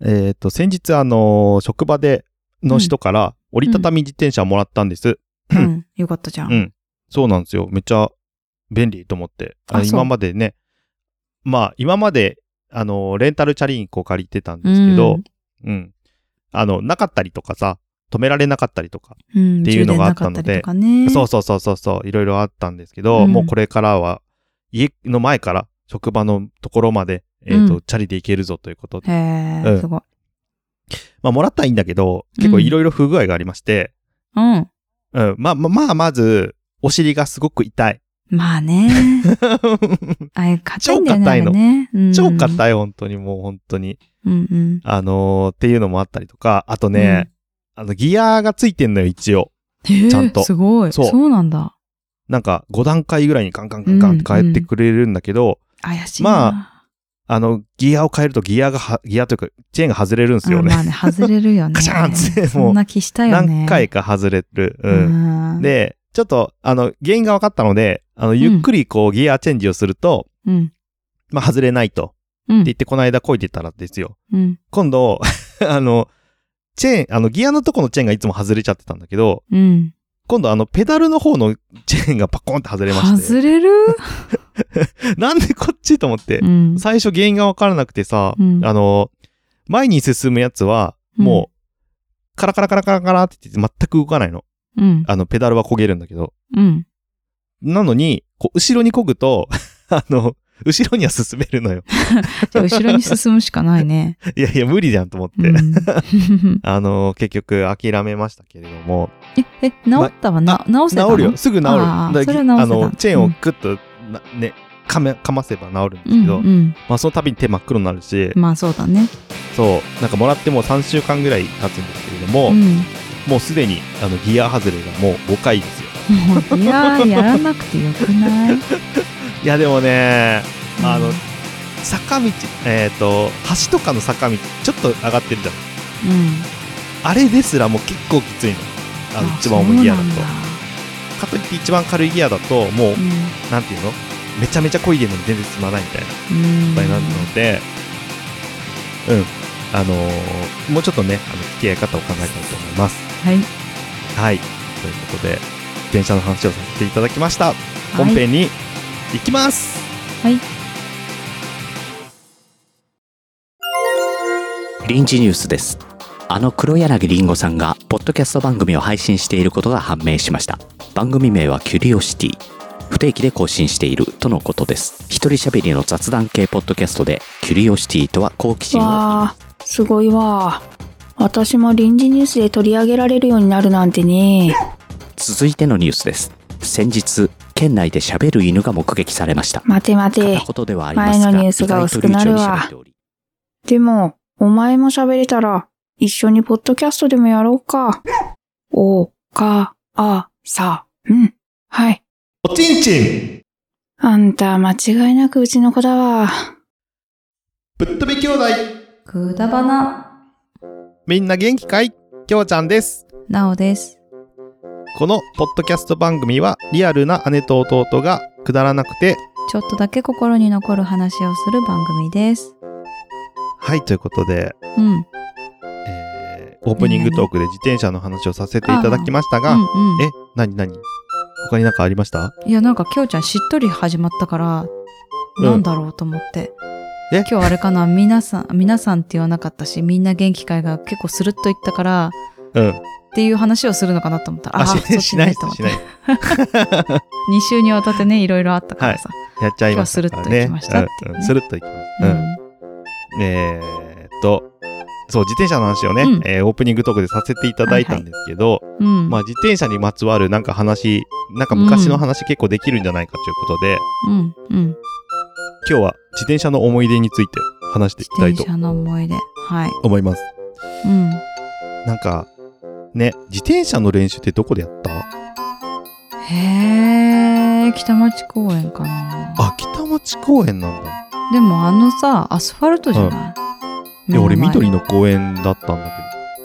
えっ、と、先日、あのー職場で、の人から、折りたたみ自転車もらったんです。うん。よかったじゃん。うんそうなんですよ。めっちゃ便利と思って。ああそう今までね、まあ、今まで、あのーレンタルチャリンコ借りてたんですけど、うん、あの、なかったりとかさ、止められなかったりとか、うん。っていうのがあったので充電なかったりとかね、そうそうそうそうそう、いろいろあったんですけど、うんもうこれからは、家の前から職場のところまで、えっ、と、うんチャリで行けるぞということで。へうえ、んすごい。まあ、もらったらいいんだけど、結構いろいろ不具合がありまして、うん。うん、まあ、まあ、まあ、まず、お尻がすごく痛い。ま あね。あれ、硬いんだよね。超硬いのあれね。うん超硬い、本当にもう本当に。うんうん。あのーっていうのもあったりとか、あとね、あの、ギアがついてんのよ、一応。うん。へえちゃんとすごい。そうそうなんだ。なんか、5段階ぐらいにカンカンカンカンって変えてくれるんだけど、怪しいな。まあの、ギアを変えるとギアがは、ギアというか、チェーンが外れるんですようんね。まあね、外れる よね。カチャンってもうそんな気したよね。何回か外れる。ううん。ん。、で、ちょっと、あの、原因が分かったので、あの、ゆっくりこう、ギアチェンジをすると、うん。まあ、外れないと。うってん言っ。て、この間こいでたらですよ。うん。今度、 あの、チェーン、あの、ギアのとこのチェーンがいつも外れちゃってたんだけど、うん。今度あの、ペダルの方のチェーンがパコンって外れまして。外れるなんでこっちと思ってう。ん。最初原因が分からなくてさ、うんあの、前に進むやつは、もう、カラカラカラカラカラって言って全く動かないの。うん。あの、ペダルは焦げるんだけど。うん。なのに、こう、後ろに漕ぐと、 あの、後ろには進めるのよ。じゃあ後ろに進むしかない ね。いやいや、無理じゃんと思って。うん あの、結局、諦めましたけれども。え、え、治ったわ。な、治せた治のるよ。すぐ治る。あーだそれは治せたあうのん、チェーンをグッとな、ね、かめ、かませば治るんでうすけんど、うん。まあ、その度に手真っ黒になるし、まあそうだね。そう、なんかもらってもう3週間ぐらい経つんですけれども、うん。もうすでに、あの、ギア外れがもう5回ですよ。もういやーやらなくてよくないいや、でもね、 あのうん、坂道、えっ、と、橋とかの坂道、ちょっと上がってるじゃん。あれですらもう結構きついの。あの、一番重いギアだと。かといって一番軽いギアだと、もう、うんなんていうのめちゃめちゃ濃いでるのに全然進まないみたいなうん場合なので、うん。あのーもうちょっとね、あの、付き合い方を考えたいと思います。はいはい。ということで、電車の話をさせていただきました。本編に行きます臨時ニュースですあの黒柳りんごさんがポッドキャスト番組を配信していることが判明しました番組名はキュリオシティ不定期で更新しているとのことです一人喋りの雑談系ポッドキャストでキュリオシティとは好奇心をわあすごいわ私も臨時ニュースで取り上げられるようになるなんてね続いてのニュースです先日県内で喋る犬が目撃されました待て待て片言ではありますが前のニュースが薄くなるわ意外と流暢に喋っておりでもお前も喋れたら一緒にポッドキャストでもやろうかおかあさうんはいおちんちんあんた間違いなくうちの子だわぶっ飛び兄弟くだばなみんな元気かいきょうちゃんです。なおですこのポッドキャスト番組はリアルな姉と弟がくだらなくて、ちょっとだけ心に残る話をする番組ですはい、ということで、うんうんえー、オープニングトークで自転車の話をさせていただきましたが、うんえ、なになに他になんかありましたいやなんかきょうちゃんしっとり始まったからうんなんだろうと思って、え今日あれかな皆さん皆さんって言わなかったしみんな元気会が結構スルッと言ったからうん。っていう話をするのかなと思ったああしそっちねしないと思しってない。 2週にわたってねいろいろあったからさ、やっちゃいましたからね。今日はスルッと行きましたっていううねんうんスルッといきました。うん。えーっと、そう、自転車の話をね、うんえーオープニングトークでさせていただいたんですけど、うん、うんまあ、自転車にまつわるなんか話、なんか昔の話結構できるんじゃないかということで、うんうん今日は自転車の思い出について話してい自きたい転と車の思い出はい思います。うんなんか、ね、自転車の練習ってどこでやったへえ北町公園かなあ、北町公園なんだ。でもあのさアスファルトじゃない、い目や、の俺前緑の公園だったんだけ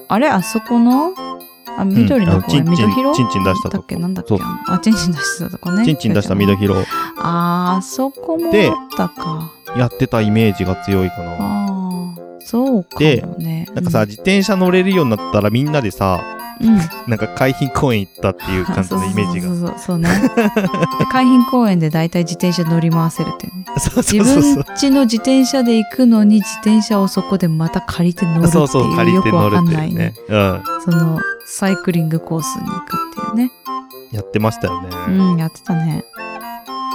あれあそこのど。あ緑うんあの公園、チンチン緑広チンチン出したとこだっけなんだっけそうあチンチン出したとこねチンチン出した緑広あーあそこもあったかやってたイメージが強いかな。あーそうかもね。なんかさ、自転車乗れるようになったらみんなでさ、うん、うん、なんか海浜公園行ったっていう感じのイメージそがう。そうそうそうね。で海浜公園で大体自転車乗り回せるっていうね。そう そ自うそうそう分。家の自転車で行くのに自転車をそこでまた借りて乗るっていそううそう、借りよてく乗わるかんってないいうねね。うん。そのサイクリングコースに行くっていうねやってましたよね。うんやってたね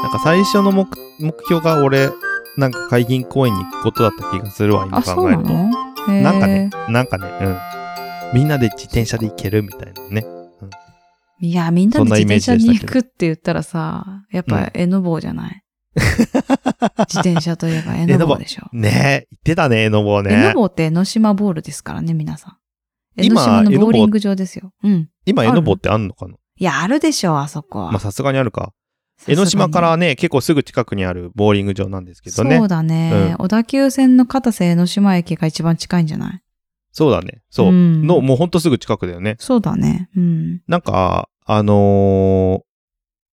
なんか最初の目目標が俺、なんか海浜公園に行くことだった気がするわ、今あそ考うえなると。のへーなんかね、なんかね、うん。みんなで自転車で行けるみたいなね。いやみんなそでんな自イメ転ージ車でしたけどに行くって言ったらさやっぱ江ノ坊じゃ ない、自転車といえば江ノ坊でしょねえ、行ってたね、江ノ坊江ノね。坊って江ノ島ボールですからね皆さん江ノ今島のボーリング場ですようん今ある江ノ坊ってあんのかないやあるでしょあそこは、まあさすがにあるか。さすが江にノ島からね、結構すぐ近くにあるボーリング場なんですけどねそう。だね、小田急線の片瀬江ノ島駅が一番近いんじゃないそうだね。そう。んの、もうほんとすぐ近くだよね。そうだねうんなんか、あの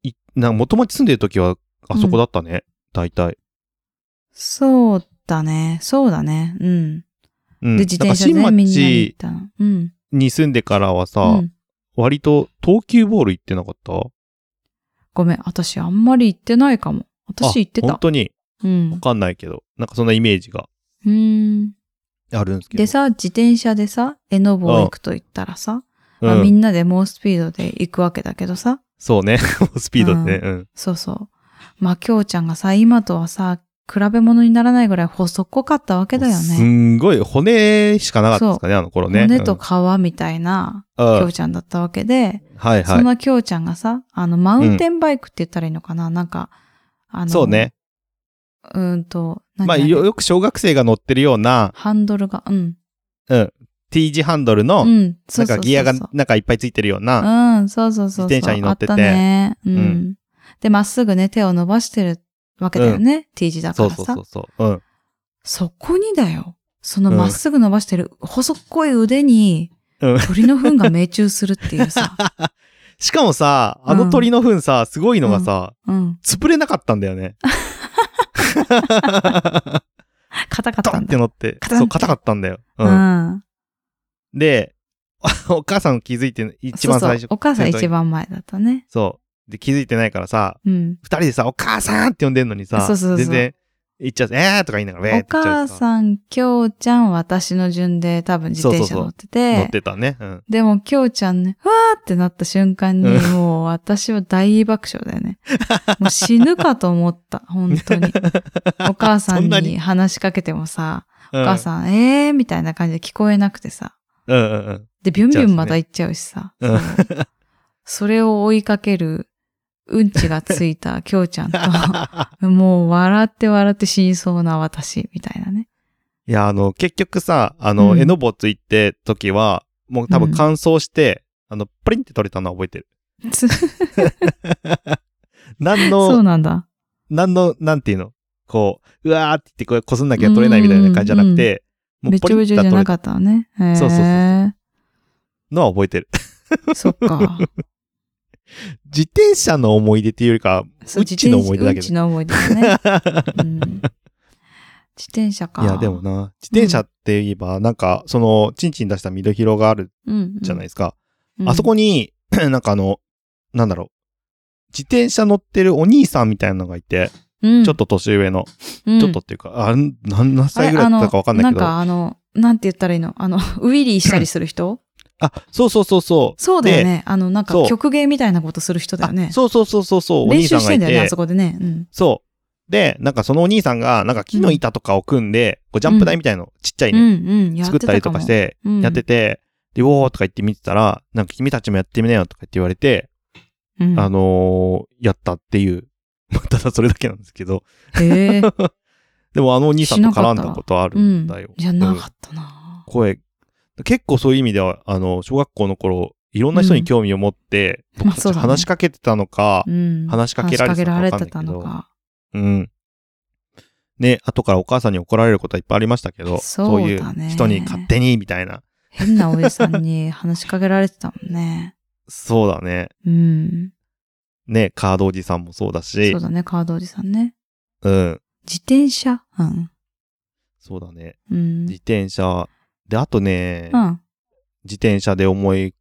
ー、いなん元町住んでる時は、あそこだったね。大体。そうだね。そうだね。うん。うん。で、自転車でなねんかみん新なで行っ町たの。うん。に住んでからはさ、うん、割と東急ボール行ってなかったごめん。私、あんまり行ってないかも。私行ってあ本た。当に。うん。わうかんないけど。なんかそんなイメージがーん。あるんですけど。でさ、自転車でさ、江ノ坊行くと言ったらさ、うん、まあ、みんなで猛スピードで行くわけだけどさ、そうね。 スピードでね。うん。そうそう。まあ、きょうちゃんがさ、今とはさ、比べ物にならないぐらい細っこかったわけだよすね。んごい骨しかなかったですかね、あの頃ね。骨と皮みたいな、うきん、ょうんうちゃんだったわけで、はいそんはなきょうちゃんがさ、あの、マウンテンバイクって言ったらいいのかな、なんか、あい。の、そうね。うーんと、何まあ、何よよく小学生が乗ってるような、ハンドルが、うん。うん。T 字ハンドルうの、ん。そなうんそうそうそうかギアがなんかいっぱいついてるような、うん、そうそうそうそう。自転車に乗っててあったね。うん。うんで、まっすぐね、手を伸ばしてるわけだよね。T 字だかそらうさ。そそうそうそう。うん。こにだよ。そのまっすぐ伸ばしてる、細っこい腕に、うん鳥の糞が命中するっていうさ。 しかもさ、あの鳥の糞さ、すごいのがさ、うん。潰れなかったんだよ ね。硬かっドたンっんてだ。乗って。カタンってそう、硬かったんだよ。ううん。ん。で、 お母さん気づいて、一番そう最そ初。うお母さん先頭に一。番前だったね。そう。で、気づいてないからさ、うん。二人でさ、お母さんって呼んでんのにさ、そうそうそう全然、行っちゃう、えーとか言いながら、ウェーおって言っちゃ母うささん、きょうちゃん、私の順で多分自転車乗ってて。乗ってたね。うん。でも、きょうちゃんね、わーってなった瞬間に、うもう私は大爆笑だよね。もう死ぬかと思った、本当 に。お母さそんんなにに話しかけてもさ、おお母さん、えーみたいな感じで聞こえなくてさ。ん。うんうんうん。で、ビュンビ行っちゃうしュねンまた行っちゃうしさ。うんそうそれを追いかける、うんちがついたき ょうちゃん と、もう笑って笑って死にそうな私、みたいなね。いや、あの、結局さ、あの、うんエノボついて時は、もう多分乾燥して、あの、プリンって取れたのは覚えてる。つ何そうの、なんだ。何の、なんていうのこう、うわーって言ってこう、こすんなきゃ取れないみたいな感じじゃなくて、もべうポちリンょべってちょ取じゃなれかたったのね。へーそうそうのは覚えてる。 そっか。自転車の思い出っていうよりか、そううちの思い出だけ自転車うんどち。の思い出だ ね。うん、自転車か。いや、でもな、自転車って言えば、なんか、その、チンチン出した緑広があるうん、うん、じゃないい、ですか。あそこに、 なんかあの、なんだろう。自転車乗ってるお兄さんみたいなのがいて、うん、ちょっと年上の、うん、ちょっとっていうか、あん何何歳ぐらいだったかわかんないけど。あれああのなんかあの、なんて言ったらいいのあの、ウィリーしたりする人そうそうそうそう。そうだよね。あの、なんかそう曲芸みたいなことする人で。だよねあ。そうそうそうそうそう、お練兄さ習んしがていんだよね、あてそ。こでね。うん。そう。で、なんかそのお兄さんが、なんか木の板とかを組んで、こうジャンプ台みたいの、ちっちゃいうんね、うん。やっ作てったりとかし、て、うん、やってて、で、うおーとか言って見てたら、なんか君たちもやってみなよとか言われて、うん、あのーやったっていう。 まあただそれだけなんですけど。 へーでもあのお兄さんと絡んだことあるうんんだよ。。じゃなうんかったな。声。結構そういう意味では、あの、小学校の頃、いろんな人に興味を持って、 まあ僕たそうちだね話しかけてたのか、うん。話しかけられてたのかわかんないけど話しかけられてたのか。うん。ね、後からお母さんに怒られることはいっぱいありましたけど、そういだねう人に勝手に、みたいな。変なおじさんに話しかけられてたもんね。そうだね。うん。ね、カードおじさんもそうだし、そうだね、カードおじさんね。うん。自転車うん。そうだね。うん。自転車。で、あとね、うん。自転車で思い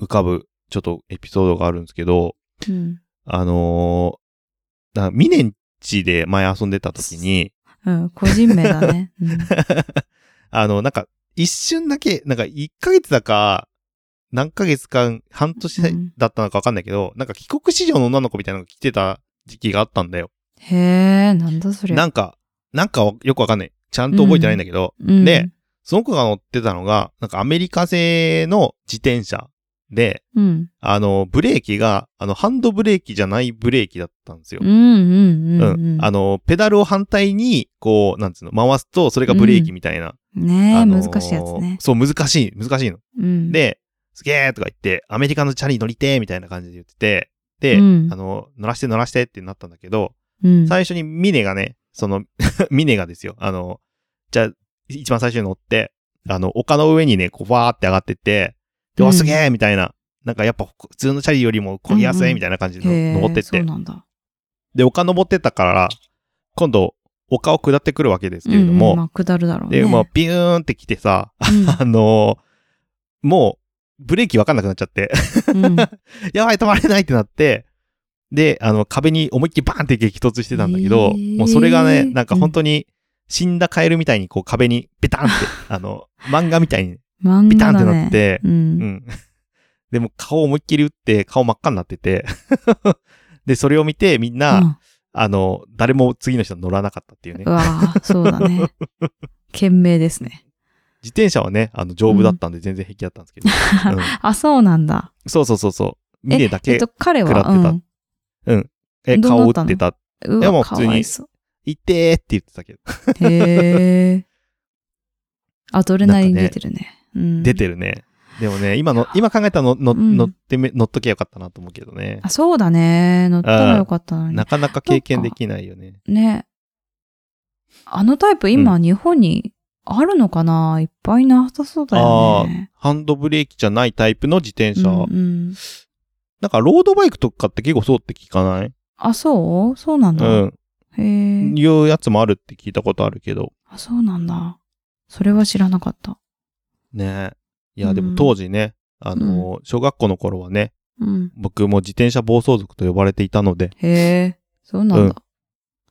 浮かぶ、ちょっとエピソードがあるんですけど、うん。あのー、なミネンチで前遊んでた時に、うん。個人名だね。うん。 あの、なんか、一瞬だけ、なんか、1ヶ月だか、何ヶ月間、半う年んだったのかわかんないけど、なんか帰国子女の女の子みたいなのが来てた時期があったんだよ。へえ、なんだそれ。なんか、なんかよくわかんない。ちゃんと覚えてないんだけど、うん、で、その子が乗ってたのが、なんかアメリカ製の自転車で、うん。あの、ブレーキが、あの、ハンドブレーキじゃないブレーキだったんですようん。うんうんうん。あの、ペダルを反対に、こう、なんつうの、回すと、それがブレーキみたいな。ねえ、あのー難しいやつね。そう、難しい、難しいの。うん。、で、すげーとか言って、アメリカのチャリ乗りてーみたいな感じで言ってて、で、うんあの、乗らして乗らしてってなったんだけど、うん、最初にミネがね、その、 ミネがですよ、あの、じゃあ、一番最初に乗って、あの、丘の上にね、こう、わーって上がってって、で、うお、んすげーみたいな。なんかやっぱ普通のチャリよりも漕ぎやすうんういんみたいな感じでへえ登ってっそてう。なんだ。で、丘登ってったから、今度、丘を下ってくるわけですけれどうんうんまも、あ、下るだろうね。で、まあ、ビューンって来てさ、うあのーもう、ブレーキわかんなくなっちゃって、 ん、うん、やばい、止まれないってなって、で、あの、壁に思いっきりバーンって激突してたんだけど、えーもうそれがね、なんか本当に、死んだカエルみたいにこう壁にベタンって、 あの、漫画みたいに、漫ビタ画ンってだねなって、う。うんん。 でも顔思いっきり打って、顔真っ赤になってて、 で、それを見てみんな、あの、誰も次の人乗らなかったっていうねうん、う。わぁ、そうだ ね。懸命ですね。自転車はね、あの、丈夫だったんで全然平気だったんですけど。うんあ、そうなんだ。そうそうそうそう。ミネだ えけっと、彼は、食らってたうんえどう顔な打ったっのてた。ういやもわ、うか普通にわいそ痛えって言ってたけど。う。へ え。アドレナリン出てるね。うん、出てるね。でもね、今の、今考えたらの、の、うん乗ってめ、乗っときゃよかったなと思うけどね。あ、そうだね。乗ったらよかったのにな。かなか経験できないよね。ね。あのタイプ今、日本にあるのかないっぱいなさそうだよね。ハンドブレーキじゃないタイプの自転車。うんうん、なんか、ロードバイクとかって結構そうって聞かないあ、そうそうなんだ。うん。へえ。いうやつもあるって聞いたことあるけど。あ、そうなんだ。それは知らなかった。ねいや、でうもん当時ね、あの、小学校の頃はね、うん。僕も自転車暴走族と呼ばれていたので、へえ。そうなんだ。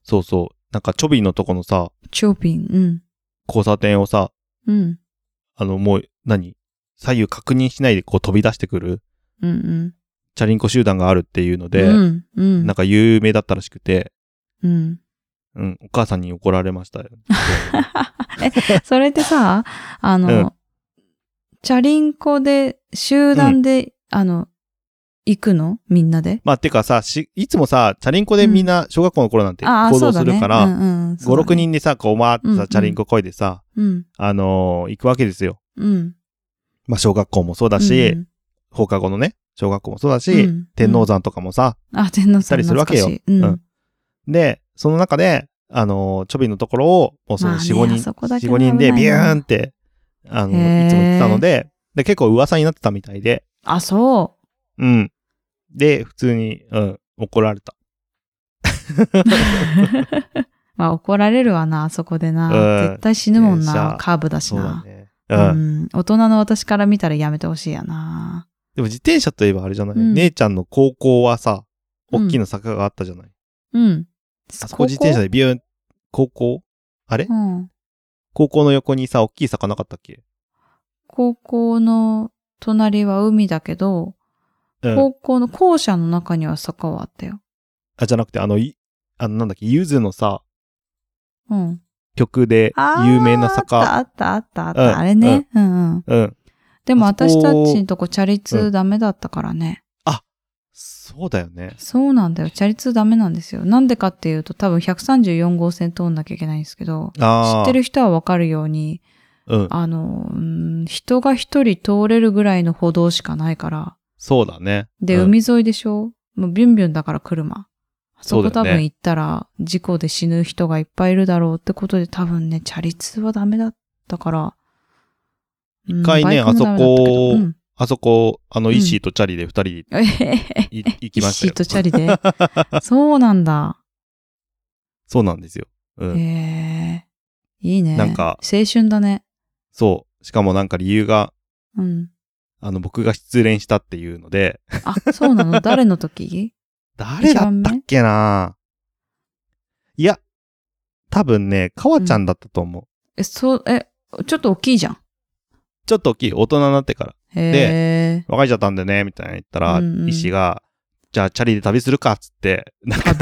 そうそう。なんか、ちょびのとこのさ、チョーピン。交差点をさ、うん。うん。あの、もう、何左右確認しないでこう飛び出してくる、うんうん。チャリンコ集団があるっていうので、うん。うん。なんか有名だったらしくて、うん。 うん、お母さんに怒られましたよ。それってさ、あの、うんチャリンコで、集団で、あの、行くのみんなでまあ、てかさ、し、いつもさ、チャリンコでみんな、小学校の頃なんてああ、行そ動うだすね。るから、うんうん5、6。人でさ、こう、まーってさ、うんうんチャリンコこいでさ、そうだねあのー行くわけですよ。うん。うん。まあ、小学校もそうだし、放課後のね、小学校もそうだし、うん天王山とかもさ、うんあ、天皇さ行んったりするわけよ懐かしいで、その中で、あのーちょびのところを、もうそのまあね4、5あ人、そこだけ4、は5人で危ないビュなーンって、あの、いつもへ行っーてたので、で、結構噂になってたみたいで、うん。あ、そうん。で、普通に、うん、怒られた。う。まあ怒られるわな、あそこでな。うん絶対死ぬもん電車な。カーブだしそうだな。ね。ううん。ん。大人の私から見たらやめてほしいやな。でも自転車といえばあれじゃない、うん姉ちゃんの高校はさ、うん大きな坂があったじゃない、うん。あそこ自転車でビューン、高校あれうん。高校の横にさ、大きい坂なかったっけ高校の隣は海だけど、うん。高校の校舎の中には坂はあったよ。あ、じゃなくて、あの、い、あの、なんだっけ、ゆずのさ、うん。曲であー有名な坂。あったあったあったあっうんた。あれね。うんうん。うん。でもあそこ私たちのとこチャリ通ダメだったからね。そうだよね。そうなんだよ。チャリ通ダメなんですよ。なんでかっていうと多分134号線通んなきゃいけないんですけど、知ああ。ってる人はわかるように、うん。あの、うん人が一人通れるぐらいの歩道しかないから。そうだね。で、うん海沿いでしょもうビュンビュンだから車。そそこうだ多よね分行ったら事故で死ぬ人がいっぱいいるだろうってことで多分ね、チャリ通はダメだったから。一一回ねうん、 あそこ、あの、うんイッシーとチャリで二人でえへへい行きましたよ。一シートチャリで。そうなんだ。そうなんですよ。うん。へえ。いいね。なんか青春だね。そう。しかもなんか理由が、うん。あの、僕が失恋したっていうので、あ、そうな の誰の時誰だったっけないや、多分ね、かわちゃんだったと思う。え、そう、え、ちょっと大きいじゃん。ちょっと大きい、大人になってから、へえ。別れちゃったんでね、みたいな言ったら、うんうん医師が、じゃあチャリで旅するか、っつって、なんか、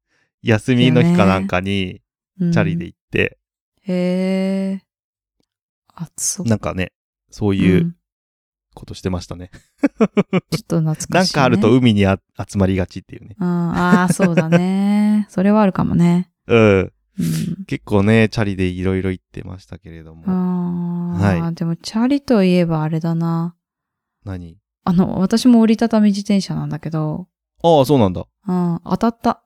休みの日かなんかに、うんチャリで。行って、へえ。あ、そう。なんかね、そういうんうことしてましたね。ちょっと懐かしい、ね。なんかあると海にあ集まりがちっていうね。うん、あ あ、そうだね。それはあるかもね。うん。うん。結構ね、チャリでいろいろ行ってましたけれども。ああ、はでも、チャリといえばあれだな。何あの、私も折りたたみ自転車なんだけど、ああ、そうなんだ。うん、当たった。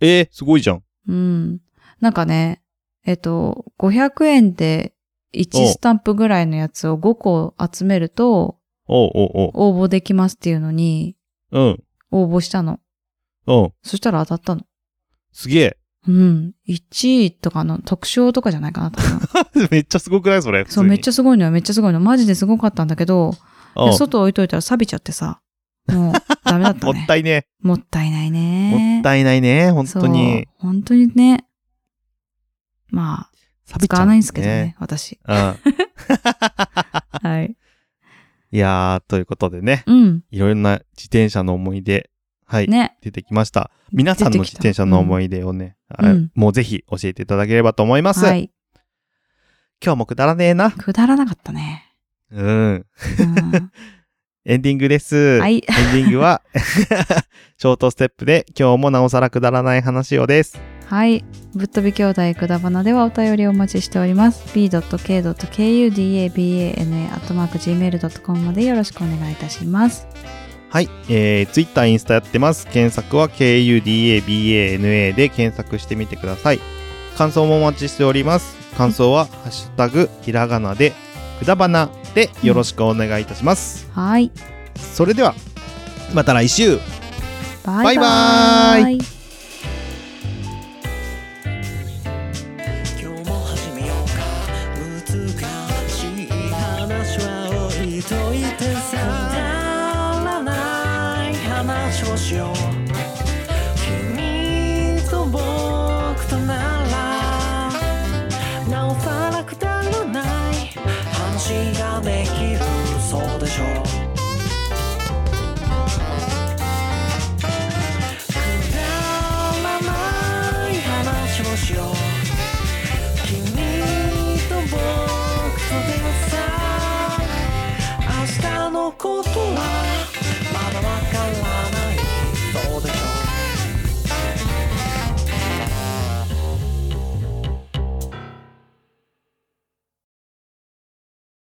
えー、すごいじゃん。うん。なんかね、えっと、500円でお1うスタンプぐらいのやつを5個集めるとおうおう応募できますっていうのにおう。応募したの。うん。うん。そしたら当たったの。すげえ。 うん。1位とかの特賞とかじゃないかな、多分。めっちゃすごくないそれ。そう、めっちゃ。ゃすごいのよ、めっちゃすごいの。マジですごかったんだけど、うんで外置いといたら錆びちゃってさ、もうダメだった もね。ったいね。もったいないね。もったいないね。本当に。そう。本当にね。まあ、使わないんですけどね、私。うん。はい。いやー、ということでね、うん。いろいろな自転車の思い出、はい、ね。出てきました。皆さんの自転車の思い出をね、うんはいうんもうぜひ教えていただければと思います。はい。今日もくだらねえな。くだらなかったね。うん。うエンディングです。ん、はエンい。ディングは、 ショートステップで、今日もなおさらくだらない話をです。はい。ぶっ飛び兄弟くだばなではお便りをお待ちしております。b.k.kudabana.gmail.com までよろしくお願いいたします。はい、えー、Twitter、インスタやってます。検索は KUDABANA で検索してみてください。感想もお待ちしております。感想は、ハッシュタグ、ひらがなで、くだばなでよろしくお願いいたします。はい。それでは、また来週ババイバイバーイ今日も始めようか難しい話は置いといてさくだらない話をしよう君と僕とならなおさらくだらない話ができるそうでしょうくだらない話をしよう「君と僕とでさ」「明日のことはまだわか